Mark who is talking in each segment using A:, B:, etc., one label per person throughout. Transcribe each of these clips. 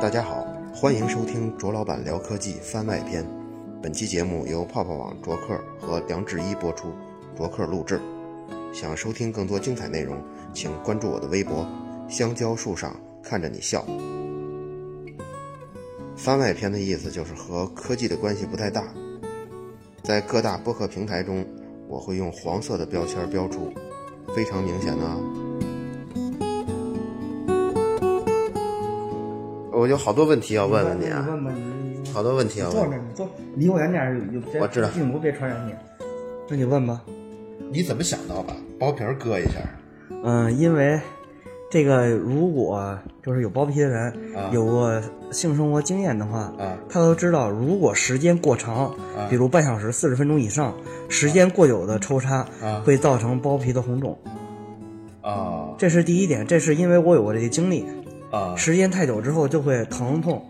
A: 大家好，欢迎收听卓老板聊科技番外篇。本期节目由泡泡网卓克和梁志一播出，卓克录制。想收听更多精彩内容，请关注我的微博“香蕉树上看着你笑”。番外篇的意思就是和科技的关系不太大。在各大播客平台中，我会用黄色的标签标出，非常明显啊。我有好多问题要问问你啊，
B: 问吧你，
A: 好多问题要
B: 坐
A: 问
B: 那儿，你坐，离我远点儿，有
A: 我知道
B: 镜头别传染你。那你问吧。
A: 你怎么想到把包皮儿割一下？啊
B: 嗯，因为这个，如果就是有包皮的人、
A: 啊
B: 有过性生活经验的话，
A: 啊
B: 他都知道，如果时间过长，
A: 啊
B: 比如半小时、四十分钟以上，时间过久的抽插、
A: 啊
B: 会造成包皮的红肿。
A: 啊
B: 这是第一点，这是因为我有过这个经历，
A: 啊
B: 时间太久之后就会疼痛，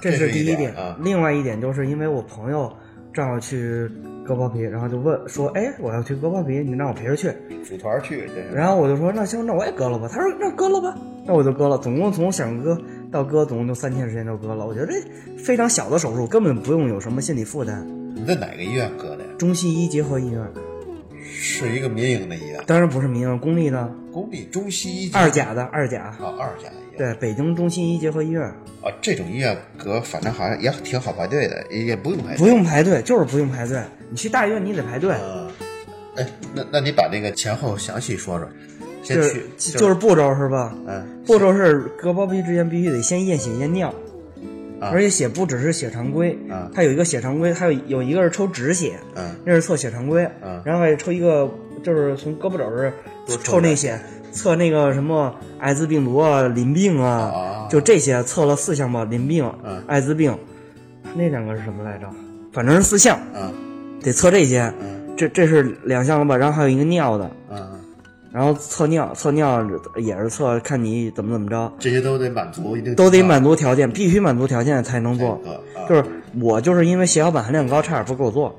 B: 这
A: 这是一
B: 是第
A: 点
B: 点。
A: 啊
B: 另外一点就是因为我朋友正好去割包皮，然后就问说：“哎，我要去割包皮，你让我陪着去。
A: 组团儿去，这”是。
B: 然后我就说：“那行，那我也割了吧。”他说：“那割了吧。”那我就割了，总共从想割到割，总共就三天时间就割了。我觉得这非常小的手术，根本不用有什么心理负担。
A: 你在哪个医院割的呀？
B: 中西医结合医院，
A: 是一个民营的医院，
B: 当然不是民营，公立的
A: 公立中西医
B: 二甲的二甲，
A: 啊，二甲医院。
B: 对，北京中西医结合医院，
A: 啊，这种医院隔反正好像也挺好排队的，也也不用排队。
B: 不用排队，就是不用排队。
A: 哎
B: 你去大医院你得排队。
A: 啊，哎，那那你把这个前后详细说说，先
B: 就
A: 去
B: 是就是步骤是吧？
A: 嗯
B: 步骤是割包皮之前必须得先验血验尿，
A: 啊
B: 而且血不只是血常规，
A: 啊
B: 它有一个血常规，还有有一个是抽止血，
A: 嗯
B: 那是测血常规，
A: 嗯
B: 然后还抽一个就是从胳膊肘这儿
A: 多抽
B: 抽那血，测那个什么艾滋病毒啊、淋病
A: 啊
B: 啊，就这些测了四项吧，淋病
A: 嗯、
B: 艾滋病，那两个是什么来着？反正是四项，
A: 嗯
B: 得测这些，
A: 嗯
B: 这这是两项了吧？然后还有一个尿的，
A: 嗯，
B: 然后测尿，测尿也是测看你怎么怎么着，
A: 这些都得满足一定
B: 都得
A: 情况
B: 满足条件，必须满足条件才能做。
A: 才能做啊
B: 就是我就是因为血小板含量高，差点不给我做。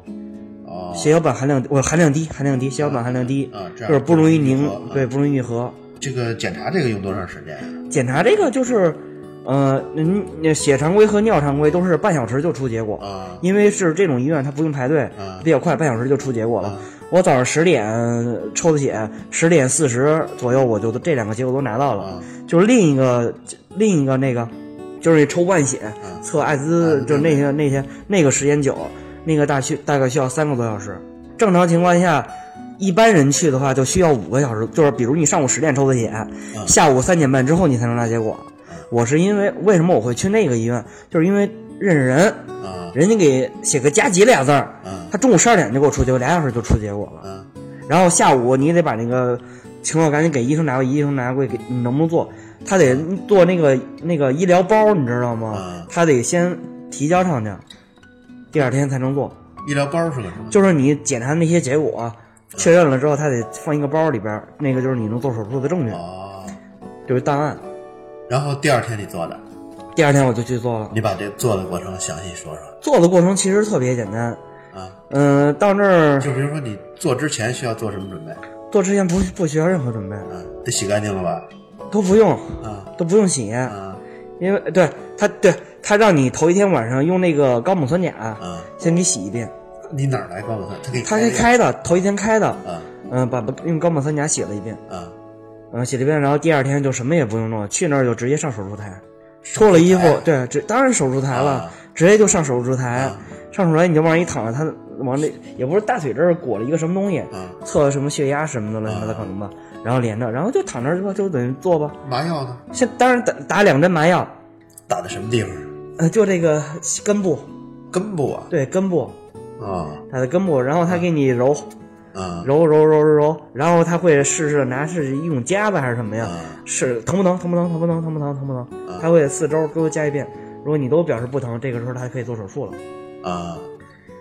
A: 哦
B: 血小板含量我含量低，含量低，血小板含量低，
A: 啊这样
B: 就是不容易凝
A: 不容易愈合，啊
B: 对，不容易愈合。
A: 这个检查这个用多长时间呀？
B: 检查这个就是，呃，嗯，那血常规和尿常规都是半小时就出结果，
A: 啊
B: 因为是这种医院它不用排队
A: 啊，
B: 比较快，半小时就出结果了
A: 啊。
B: 我早上十点抽的血，十点四十左右我就这两个结果都拿到了。
A: 啊
B: 就是另一个另一个那个，就是抽万血、
A: 嗯
B: 测艾滋，
A: 嗯
B: 就是那些那些那个时间久，那个大需大概需要三个多小时。正常情况下，一般人去的话就需要五个小时，就是比如你上午十点抽的血，
A: 嗯
B: 下午三点半之后你才能拿结果。我是因为为什么我会去那个医院，就是因为认识人，
A: 啊
B: 人家给写个加急俩字儿，
A: 啊
B: 他中午十二点就给我出结果，俩小时就出结果了。
A: 啊
B: 然后下午你得把那个情况赶紧给医生拿过去，医生拿过去给你能不能做？他得做那个那个医疗包，你知道吗
A: 嗯？
B: 他得先提交上去，第二天才能做。
A: 医疗包是个什么？
B: 就是你检查那些结果确认了之后，他得放一个包里边，那个就是你能做手术的证据，
A: 哦，
B: 就是档案。
A: 然后第二天你做的，
B: 第二天我就去做了，
A: 你把这做的过程详细说说
B: 做的过程其实特别简单。
A: 啊。
B: 嗯、到那儿
A: 就比如说你做之前需要做什么准备？
B: 做之前不不需要任何准备，
A: 啊，得洗干净了吧？
B: 都不用，
A: 啊
B: 都不用洗。
A: 啊
B: 因为对他对他让你头一天晚上用那个高锰酸钾、
A: 啊！
B: 先给洗一遍，
A: 你哪儿来高锰酸？他给你
B: 他是
A: 的
B: 开的，头一天开的，
A: 啊
B: 嗯、把把用高锰酸钾洗了一遍，
A: 啊！
B: 嗯、洗了一遍，然后第二天就什么也不用弄，去那儿就直接上手术台，脱了衣服，对，这当然手术台了，哎
A: 啊
B: 直接就上手术台，上手术台你就往那一躺着，他往那也不是大腿这儿裹了一个什么东西，
A: 啊
B: 测什么血压什么的乱七八糟可能吧，然后连着，然后就躺那儿吧，就等于做吧，
A: 麻药呢？
B: 先当然打打两针麻药，
A: 打的什么地方？
B: 呃，就这个根部，
A: 根部啊！
B: 对根部。
A: 啊
B: 它的根部，然后他给你揉
A: 啊
B: 揉揉揉揉揉，然后他会试试拿是一种夹子还是什么呀？
A: 啊
B: 是疼不疼？疼不疼？疼不疼？疼不疼？疼不疼？他会四周都夹一遍，如果你都表示不疼，这个时候他可以做手术了。
A: 啊！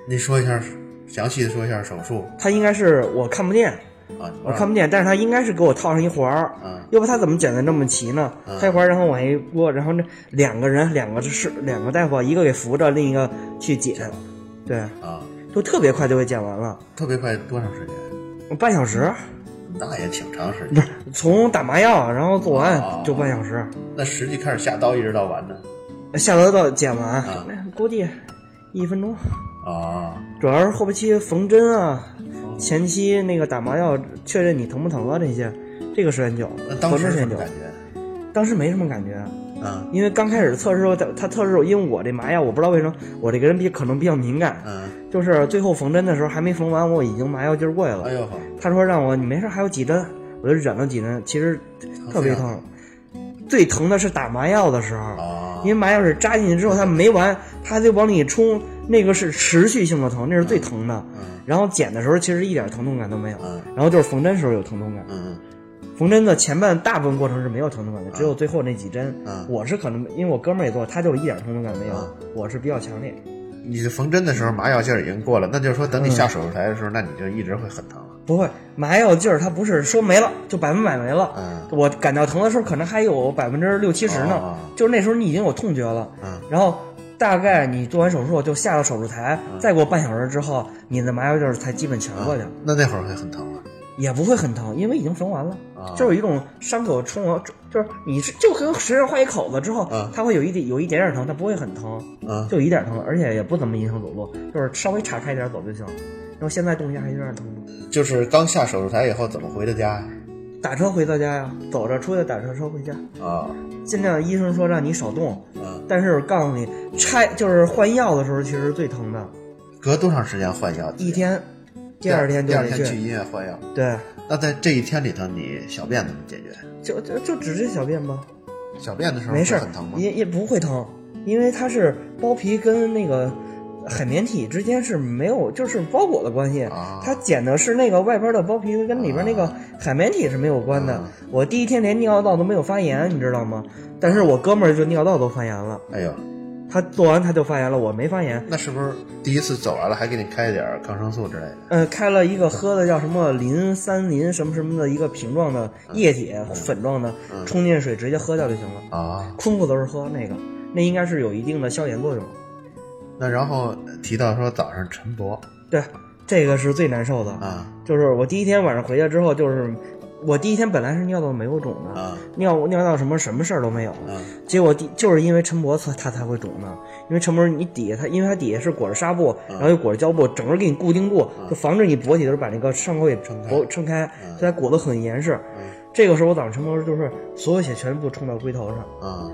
A: 你说一下，详细的说一下手术
B: 他应该是我看不见，
A: 啊！
B: 我看不见，但是他应该是给我套上一环儿
A: 嗯，
B: 要不他怎么剪的那么齐呢？
A: 嗯
B: 开环儿然后往一拨，然后那两个人，两个是两个大夫，一个给扶着，另一个去剪，对，
A: 啊，
B: 就特别快就会剪完了，
A: 特别快，多长时间？
B: 半小时。
A: 那也挺长时
B: 不
A: 间。
B: 是从打麻药，然后做完
A: 哦
B: 就半小时，
A: 那实际开始下刀一直到完呢？
B: 下楼道剪完，
A: 啊
B: 估计一分钟。
A: 啊，
B: 主要是后期缝针啊，前期那个打麻药确认你疼不疼啊这些，这个时间久
A: 那，呃当
B: 缝针
A: 时
B: 时
A: 什么
B: 间久
A: 感。觉？
B: 当时没什么感觉，啊
A: 嗯
B: 因为刚开始测试时候，他他测试时候，因为我这麻药我不知道为什么我这个人比可能比较敏感，
A: 嗯，
B: 就是最后缝针的时候还没缝完，我已经麻药劲儿过来了。
A: 哎呦呵，
B: 他说让我你没事还有几针，我就忍了几针，其实特别疼。最疼的是打麻药的时候，
A: 啊，
B: 因为麻药是扎进去之后它没完，它还得往里冲，那个是持续性的疼，那是最疼的。
A: 嗯
B: 然后剪的时候其实一点疼痛感都没有，
A: 嗯
B: 然后就是缝针时候有疼痛感。
A: 嗯
B: 缝针的前半大部分过程是没有疼痛感的，只有最后那几针。
A: 嗯，
B: 我是可能因为我哥们儿也做，他就是一点疼痛感没有
A: 啊，
B: 我是比较强烈。
C: 你缝针的时候麻药劲儿已经过了，那就是说等你
B: 嗯
C: 下手术台的时候，那你就一直会很疼了。
B: 不会，麻药劲儿它不是说没了就百分百没了，
A: 嗯
B: 我感到疼的时候，可能还有百分之六七十呢，
A: 哦
B: 就是那时候你已经有痛觉了。
A: 嗯
B: 然后大概你做完手术就下了手术台，
A: 嗯
B: 再过半小时之后，你的麻药劲儿才基本全过去了，
A: 那那会儿会很疼了。
B: 也不会很疼，因为已经缝完了。
A: 啊
B: 就是有一种伤口冲完，就是你是就跟石头划一口子之后，
A: 啊
B: 它会有一点有一点点疼，它不会很疼，
A: 嗯，
B: 就有一点疼，而且也不怎么影响走路，就是稍微岔开一点走就行。然后现在动一下还有点疼。
A: 就是刚下手术台以后怎么回的家
B: 打车回到家呀，走着出去打车车回家，
A: 啊？
B: 尽量医生说让你少动，
A: 嗯，
B: 但是我告诉你，拆就是换药的时候其实最疼的，
A: 隔多长时间换药？
B: 一天，第
A: 第
B: 二天就
A: 第二
B: 得
A: 天去医院换药。
B: 对，
A: 那在这一天里头，你小便怎么解决？
B: 就就就只是小便吧，
A: 小便的时候
B: 没事
A: 会
B: 儿
A: 很疼，吗？
B: 也也不会疼，因为它是包皮跟那个海绵体之间是没有就是包裹的关系，
A: 啊
B: 它剪的是那个外边的包皮跟里边那个海绵体是没有关的。
A: 啊
B: 我第一天连尿道都没有发炎，你知道吗？但是我哥们儿就尿道都发炎了，
A: 哎呦，
B: 他做完他就发炎了，我没发炎。
A: 那是不是第一次走完了还给你开点儿抗生素之类的？
B: 呃，开了一个喝的叫什么磷三磷什么什么的一个瓶状的
A: 嗯
B: 液体、粉状的，冲进水直接喝掉就行了。
A: 啊，
B: 空腹的时候喝那个，那应该是有一定的消炎作用。
A: 那然后提到说早上晨勃
B: 对，这个是最难受的。
A: 啊
B: 就是我第一天晚上回去之后，就是我第一天本来是尿道没有肿的，
A: 啊
B: 尿尿到什么什么事儿都没有，
A: 啊
B: 结果第就是因为陈勃它它才会肿呢，因为陈勃你底下它，因为它底下是裹着纱布，然后又裹着胶布，整个给你固定住，就防止你勃起的时候把那个伤口给撑
A: 开
B: 勃撑开，所以它裹得很严实
A: 嗯。
B: 这个时候我早上晨勃就是所有血全部冲到龟头上，
A: 啊，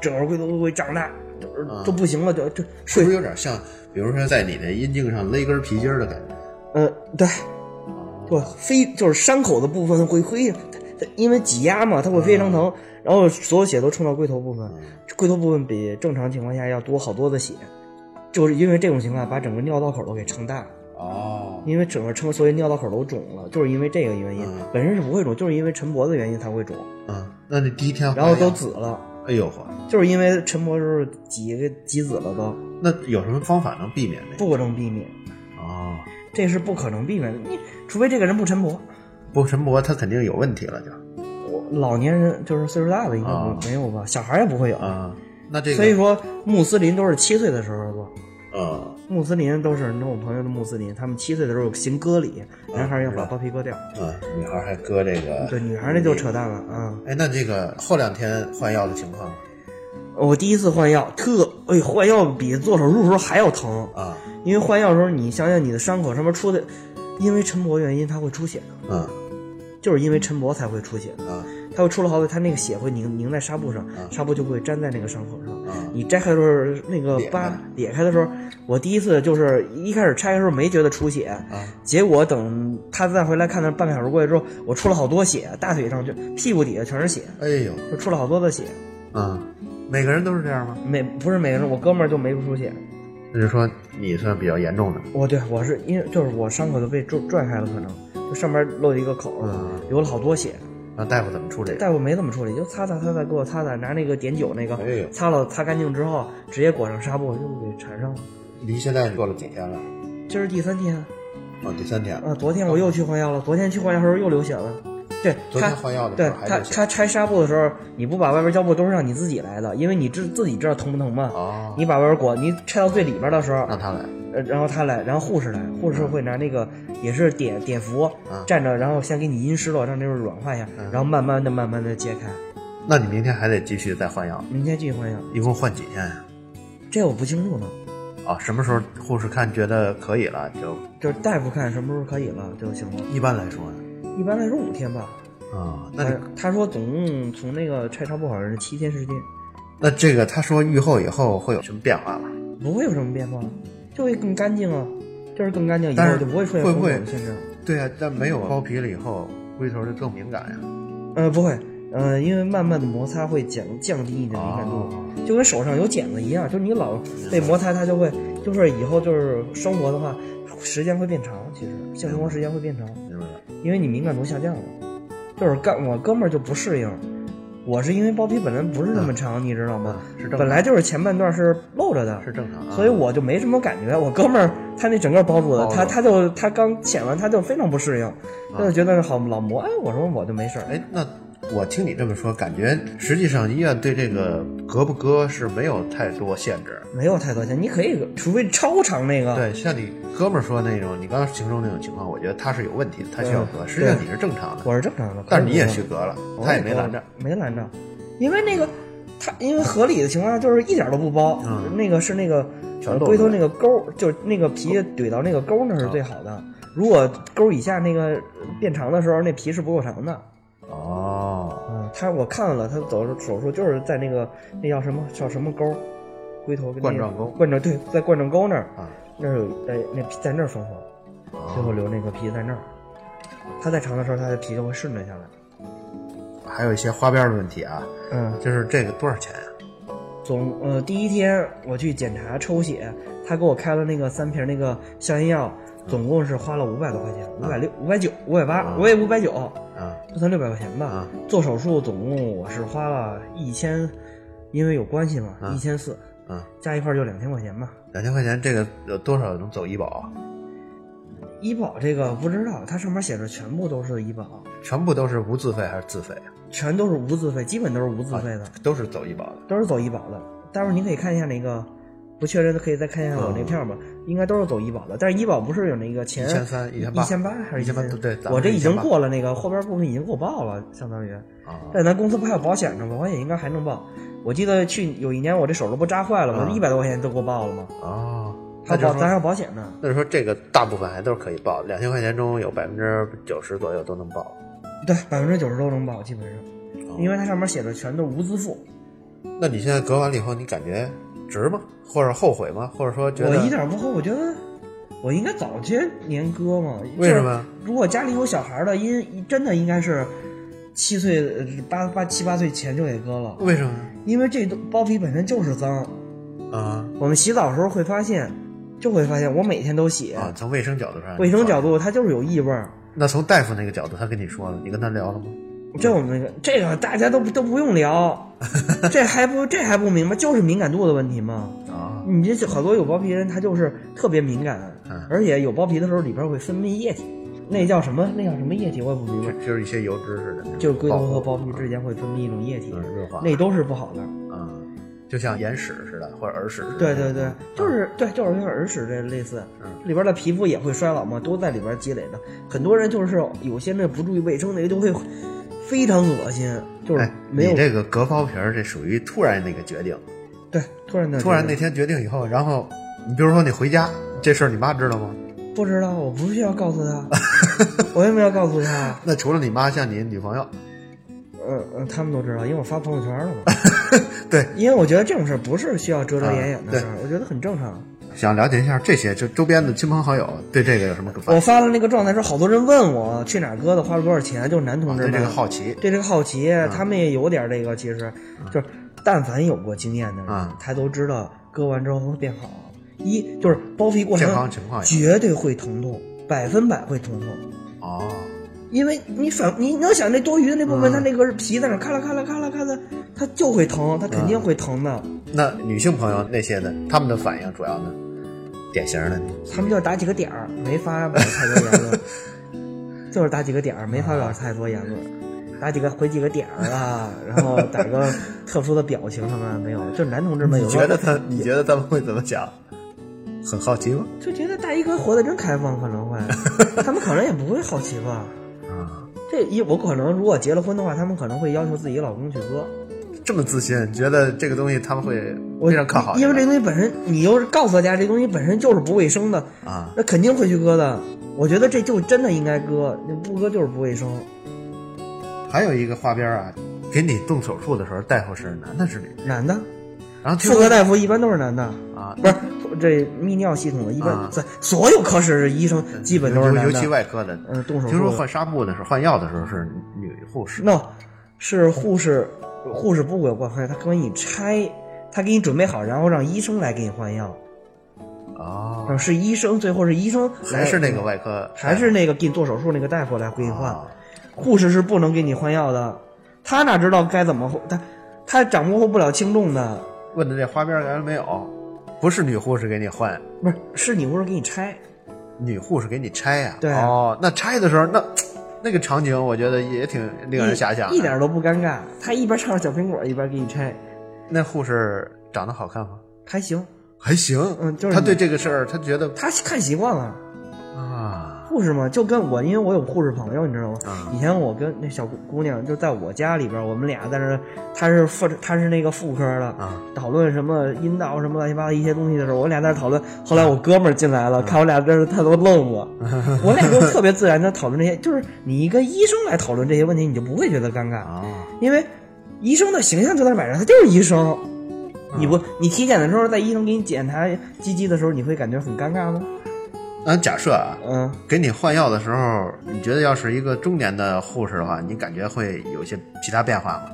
B: 整个龟头都会胀大，就是都不行了，就就
A: 是
B: 睡
A: 不是有点像，比如说在你的阴茎上勒根皮筋儿的感觉？
B: 呃，对，不非就是伤口的部分会非，它它因为挤压嘛，它会
A: 嗯
B: 非常疼，然后所有血都冲到龟头部分，龟头部分比正常情况下要多好多的血，就是因为这种情况把整个尿道口都给撑大了，
A: 哦，
B: 因为整个撑，所以尿道口都肿了，就是因为这个原因，
A: 嗯
B: 本身是不会肿，就是因为晨勃的原因才会肿，
A: 嗯，那你第一天换
B: 然后
A: 药
B: 都紫了，
A: 哎呦嚯，
B: 就是因为晨勃的时候挤给挤紫了都，
A: 那有什么方法能避免这个？
B: 不能避免，
A: 哦，
B: 这是不可能避免的，你除非这个人不晨勃。
A: 不晨勃它肯定有问题了就
B: 我老年人就是岁数大的应该
A: 啊
B: 没没有吧，小孩也不会有。
A: 啊，那这个
B: 所以说，穆斯林都是七岁的时候做，
A: 呃
B: 穆斯林都是，你看我朋友的穆斯林，他们七岁的时候行割礼，男孩要把包皮割掉。
A: 嗯，女孩还割这个，
B: 对，女孩那就扯淡了啊、
A: 哎，那这个后两天换药的情况
B: 我第一次换药，特哎，换药比做手术的时候还要疼，
A: 啊，
B: 因为换药的时候，你想想你的伤口上面出的，因为晨勃原因，它会出血的，
A: 嗯
B: 就是因为晨勃才会出血的。
A: 啊
B: 它会出了好多，它那个血会凝凝在纱布上，纱布就会粘在那个伤口上。
A: 啊
B: 你摘开的时候，那个
A: 裂开
B: 疤
A: 了
B: 裂开的时候，我第一次就是一开始拆的时候没觉得出血，
A: 啊
B: 结果等他再回来看的半个小时过去之后，我出了好多血，大腿上就屁股底下全是血，
A: 哎呦
B: 就出了好多的血。
A: 啊，每个人都是这样吗？
B: 每不是每个人，我哥们儿就没出血。
A: 那就说你算比较严重的，
B: 我对我是因为就是我伤口都被拽拽开了，可能就上面漏了一个口，
A: 嗯
B: 流了好多血。
A: 那大夫怎么处理？
B: 大夫没怎么处理，就擦擦擦擦，给我擦擦，拿那个碘酒那个、
A: 哎呦
B: 擦了擦干净之后，直接裹上纱布就给缠上了。
A: 离现在过了几天了？
B: 这是第三天
A: 哦，第三天了。
B: 啊，昨天我又去换药了，昨天去换药的时候又流血了。对，
A: 昨
B: 他
A: 天换药的
B: 对
A: 时候还
B: 他
A: 流血
B: 他拆纱布的时候，你不把外边胶布都是让你自己来的，因为你知自己知道疼不疼嘛。
A: 哦，嗯
B: 你把外边裹，你拆到最里边的时候，
A: 让他来。
B: 呃，然后他来，然后护士来，护士会拿那个也是碘碘伏
A: 嗯
B: 站着，然后先给你阴湿了，让那边软化一下，然后慢慢的、慢慢的揭开。
A: 那你明天还得继续再换药，
B: 明天继续换药，
A: 一共换几天呀、
B: 这我不清楚呢。
A: 啊？什么时候护士看觉得可以了，就
B: 就是大夫看什么时候可以了就行了。
A: 一般来说呀
B: 一般来说五天吧。
A: 啊、那
B: 他
A: 你
B: 他说总共从那个拆查不好是七天十天，
A: 那这个他说愈后以后会有什么变化吗？
B: 不会有什么变化，就会更干净啊，就是更干净，以
A: 但
B: 后
A: 是
B: 就不会出现
A: 会
B: 红
A: 不会
B: 肿现象。
A: 对呀、嗯但没有包皮了以后，龟头就更敏感呀。
B: 呃，不会，呃，因为慢慢的摩擦会降降低你的敏感度，
A: 哦，
B: 就跟手上有茧子一样，就是你老被摩擦，它就会，就是以后就是生活的话，时间会变长，其实性生活时间会变长，
A: 明白了。
B: 因为你敏感度下降了。就是干我哥们儿就不适应，我是因为包皮本来不是那么长，你知道吗？
A: 嗯是正常
B: 本来就是前半段是露着的，
A: 是正常啊。
B: 所以我就没什么感觉。我哥们儿他那整个包住的，
A: 包住嗯
B: 他他就他刚剪完他就非常不适应，他就觉得好老磨。哎，我说我就没事儿。
A: 哎，那我听你这么说，感觉实际上医院对这个割不割是没有太多限制。
B: 没有太多钱，你可以，除非超长那个，
A: 对，像你哥们儿说那种，你刚刚形容那种情况，我觉得他是有问题的，他需要割。实际上你是正常的，
B: 我是正常的。
A: 但是你也
B: 可以
A: 去割了，
B: 我
A: 他也没拦着。，
B: 没拦着，因为那个他因为合理的情况下就是一点都不包，
A: 嗯
B: 那个是那个呃
A: 全露
B: 龟头
A: 出来
B: 那个沟儿，就是那个皮怼到那个沟儿那是
A: 嗯
B: 最好的。如果沟儿以下那个变长的时候，那皮是不够长的。
A: 哦，
B: 嗯，他我看了，他走手术就是在那个那叫什么叫什么沟儿，龟头跟那
A: 冠状沟
B: 冠状对，在冠状沟那儿
A: 啊，
B: 那儿有呃那皮在那儿缝合，最后留那个皮在那儿。它再长的时候，它的皮就会顺着下来。
A: 哦还有一些花边的问题啊，
B: 嗯，
A: 就是这个多少钱呀、
B: 总呃第一天我去检查抽血，他给我开了那个三瓶那个消炎药，总共是花了五百多块钱，五
A: 啊
B: 百六、五百九、五百八，
A: 嗯
B: 我也五百九，
A: 啊？
B: 不算六百块钱吧。
A: 啊
B: 做手术总共我是花了一千，因为有关系嘛，
A: 嗯
B: 一千四
A: 啊，
B: 加一块儿就两千块钱吧。
A: 两千块钱，这个有多少能走医保啊？
B: 医保这个不知道，它上面写着全部都是医保，
A: 全部都是无自费还是自费啊？
B: 全都是无自费，基本都是无自费的，
A: 都是走医保的。
B: 都是走医保的。待会儿您可以看一下那个，不确认的可以再看一下我那票吧，应该都是走医保的。但是医保不是有那个前
A: 嗯一千三、一千八、
B: 一千八还是
A: 一千八？
B: 1800
A: 对，咱们
B: 我这已经
A: 1800
B: 过了那个后边部分已经给我报了，相当于。
A: 啊。
B: 但咱公司不还有保险呢吗？保险应该还能报。我记得去有一年我这手都不扎坏了吗？
A: 啊
B: 一百多块钱都给我报了吗？
A: 哦，
B: 还
A: 那
B: 有
A: 就
B: 保
A: 是
B: 咱
A: 说，
B: 还有保险呢，
A: 那就说这个大部分还都是可以报，两千块钱中有百分之九十左右都能报。
B: 对，百分之九十都能报，基本上，
A: 哦
B: 因为它上面写的全都是无自付。
A: 那你现在割完了以后，你感觉值吗？或者后悔吗？或者说觉
B: 我
A: 得
B: 一点不后悔，我觉得我应该早些年割嘛。
A: 为什么呀？
B: 就是如果家里有小孩的，应真的应该是七岁呃八八七八岁前就给割了，
A: 为什么
B: 因为这包皮本身就是脏。
A: 啊
B: 我们洗澡的时候会发现，就会发现我每天都洗，
A: 啊？从卫生角度上，
B: 卫生角，度它就是有异味儿。
A: 那从大夫那个角度，他跟你说了，你跟他聊了吗？
B: 这我们这个大家都不都不 用聊，这还不这还不明白，就是敏感度的问题嘛。
A: 啊，
B: 你这好多有包皮人，他就是特别敏感
A: 嗯，
B: 而且有包皮的时候里边会分泌液体，那叫什么？那叫什么液体？我也不明
A: 就
B: 白。
A: 就是一些油脂似的，
B: 就是龟头和包皮之间会分泌一种液体
A: 嗯，润滑
B: 那都是不好的。
A: 啊，就像眼屎似的，或者耳屎似的。
B: 对对对
A: 啊，
B: 就是对，就是跟耳屎这类似
A: 嗯，
B: 里边的皮肤也会衰老嘛，都在里边积累的。很多人就是有些那不注意卫生的，就会非常恶心，就是
A: 哎，
B: 没有
A: 你这个割包皮儿，这属于突然那个决定，
B: 对突然的
A: 突然那天决定以后，然后你比如说你回家这事儿，你妈知道吗？
B: 不知道，我不需要告诉他， 我为什么要告诉他？
A: 那除了你妈，像你女朋友，
B: 嗯嗯，他们都知道，因为我发朋友圈了嘛。
A: 对，
B: 因为我觉得这种事儿不是需要遮遮掩掩
A: 啊
B: 的事儿，我觉得很正常。
A: 想了解一下这些就周边的亲朋好友对这个有什么反
B: 我
A: 应？
B: 发了那个状态之后，好多人问我去哪儿割的，花了多少钱，就是男
A: 啊
B: 同志
A: 对
B: 们
A: 这个好啊奇
B: 对这个好奇，他们也有点这个，其实就是但凡有过经验的人
A: 啊，
B: 他都知道割完之后会变好。一就是包皮过
A: 健康
B: 程
A: 情况也
B: 绝对会疼痛，百分百会疼痛。嗯
A: 哦，
B: 因为你反你能想那多余的那部分，
A: 嗯
B: 它那个皮在那咔啦咔啦咔啦咔啦，它就会疼，它
A: 啊
B: 肯定会疼的。
A: 那女性朋友那些的，他们的反应主要呢，典型的呢，
B: 他们就是打几个点儿，没发表太多言论， 就是打几个点儿，没发表太多言论，打几个回几个点儿啊，然后打个特殊的表情什么的没有，就是男同志们有
A: 你
B: 时候
A: 觉得他，你觉得他们会怎么想？很好奇吗？
B: 就觉得大衣哥活得真开放，可能会，他们可能也不会好奇吧。
A: 啊，
B: 这一我可能如果结了婚的话，他们可能会要求自己老公去割。
A: 这么自信，觉得这个东西他们会
B: 我
A: 非常看好你
B: 因
A: 吗，
B: 为这东西本身，你又是告诉大家这东西本身就是不卫生的，
A: 啊，
B: 那肯定会去割的。我觉得这就真的应该割，你不割就是不卫生。
A: 还有一个花边儿啊，给你动手术的时候，大夫是男的是女的？
B: 男的，
A: 然后听
B: 妇
A: 说
B: 科大夫一般都是男的，
A: 啊，
B: 不是这泌尿系统的，一般
A: 啊
B: 在所有科室医生基本都是
A: 尤
B: 男
A: 尤
B: 的。
A: 其外科的，
B: 嗯，动手
A: 听说
B: 术
A: 换纱布的时候，换药的时候是女护士
B: no 是护士，护士不给我换药，他给你拆，他给你准备好，然后让医生来给你换药。
A: 哦
B: 啊，是医生，最后是医生来
A: 还是那个外科，
B: 还是那个给你做手术那个大夫来给你换，
A: 啊
B: 护士是不能给你换药的，他哪知道该怎么他他掌握不了轻重的，
A: 问的这花边儿原来没有，不是女护士给你换，
B: 不是是你护士给你拆，
A: 女护士给你拆呀、
B: 对啊
A: 哦，那拆的时候，那那个场景我觉得也挺令人
B: 一
A: 遐想的
B: 一点都不尴尬，他一边唱着小苹果一边给你拆，
A: 那护士长得好看吗？
B: 还行，
A: 还行，
B: 嗯就是
A: 他对这个事儿，他觉得
B: 他看习惯了。
A: 啊，
B: 护士嘛，就跟我，因为我有护士朋友，你知道吗？
A: 嗯
B: 以前我跟那小姑娘就在我家里边，我们俩在那儿，她是妇，她是那个妇科的，
A: 啊，
B: 讨论什么阴道什么乱七八糟一些东西的时候，我俩在那讨论。后来我哥们儿进来了，
A: 嗯
B: 看我俩在这，他都 愣了。我俩就特别自然的讨论这些，就是你跟医生来讨论这些问题，你就不会觉得尴尬，
A: 哦，
B: 因为医生的形象就在那摆着，他就是医生。
A: 嗯
B: 你不，你体检的时候，在医生给你检查鸡鸡的时候，你会感觉很尴尬吗？
A: 那假设啊，
B: 嗯，
A: 给你换药的时候，你觉得要是一个中年的护士的话，你感觉会有一些其他变化吗？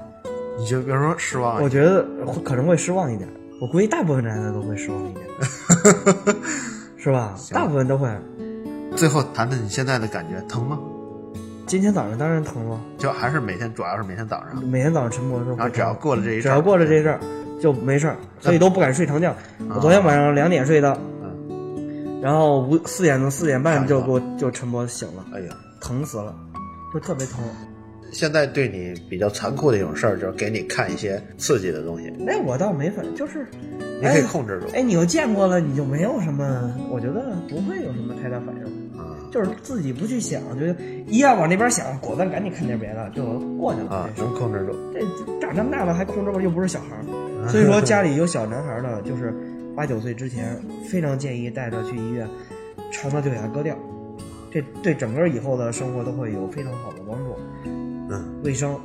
A: 你就比如说失望啊
B: 我，觉得会可能会失望一点，我估计大部分男的都会失望 一点，是吧？大部分都会。
A: 最后谈谈你现在的感觉，疼吗？
B: 今天早上当然疼了，
A: 就还是每天，主要是每天早上，
B: 每天早上晨勃的时候
A: 然后
B: 会
A: 啊只要
B: 疼，
A: 过了这嗯一，
B: 嗯只要过了这，阵儿就没事儿，所以都不敢睡长觉。我昨天晚上两点睡的，
A: 啊嗯，
B: 然后五四点的四点半就给我就晨勃醒了，
A: 哎呀，
B: 疼死了，就特别疼。
A: 现在对你比较残酷的一种事儿，就是给你看一些刺激的东西，
B: 那哎我倒没反，就是
A: 你可
B: 哎
A: 以控制住
B: 哎，你又见过了，你就没有什么，我觉得不会有什么太大反应。
A: 啊
B: 就是自己不去想，就是一要往那边想，果断赶紧看点别的，就过去了。
A: 啊，
B: 这事
A: 能控制住。
B: 这长这么大了还控制不住，又不是小孩 儿， 所以说家里有小男孩儿的，就是八九岁之前，非常建议带着去医院，肠道就给他割掉，这对整个以后的生活都会有非常好的帮助，
A: 嗯
B: 卫生、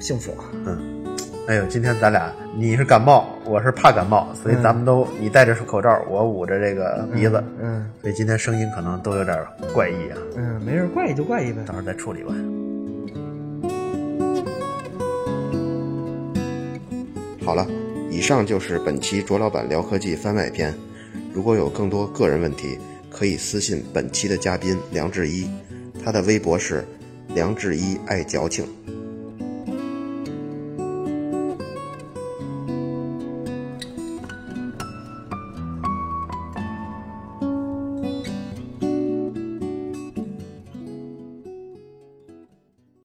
B: 幸福。啊
A: 嗯，哎呦，今天咱俩你是感冒，我是怕感冒，所以
B: 嗯
A: 咱们都你戴着口罩，我捂着这个鼻子，
B: 嗯
A: 所以今天声音可能都有点怪异啊，
B: 嗯，没事，怪就怪一呗
A: 到。时候再处理吧。
C: 好了，以上就是本期卓老板聊科技番外篇。如果有更多个人问题，可以私信本期的嘉宾梁志一，他的微博是梁志一爱矫情。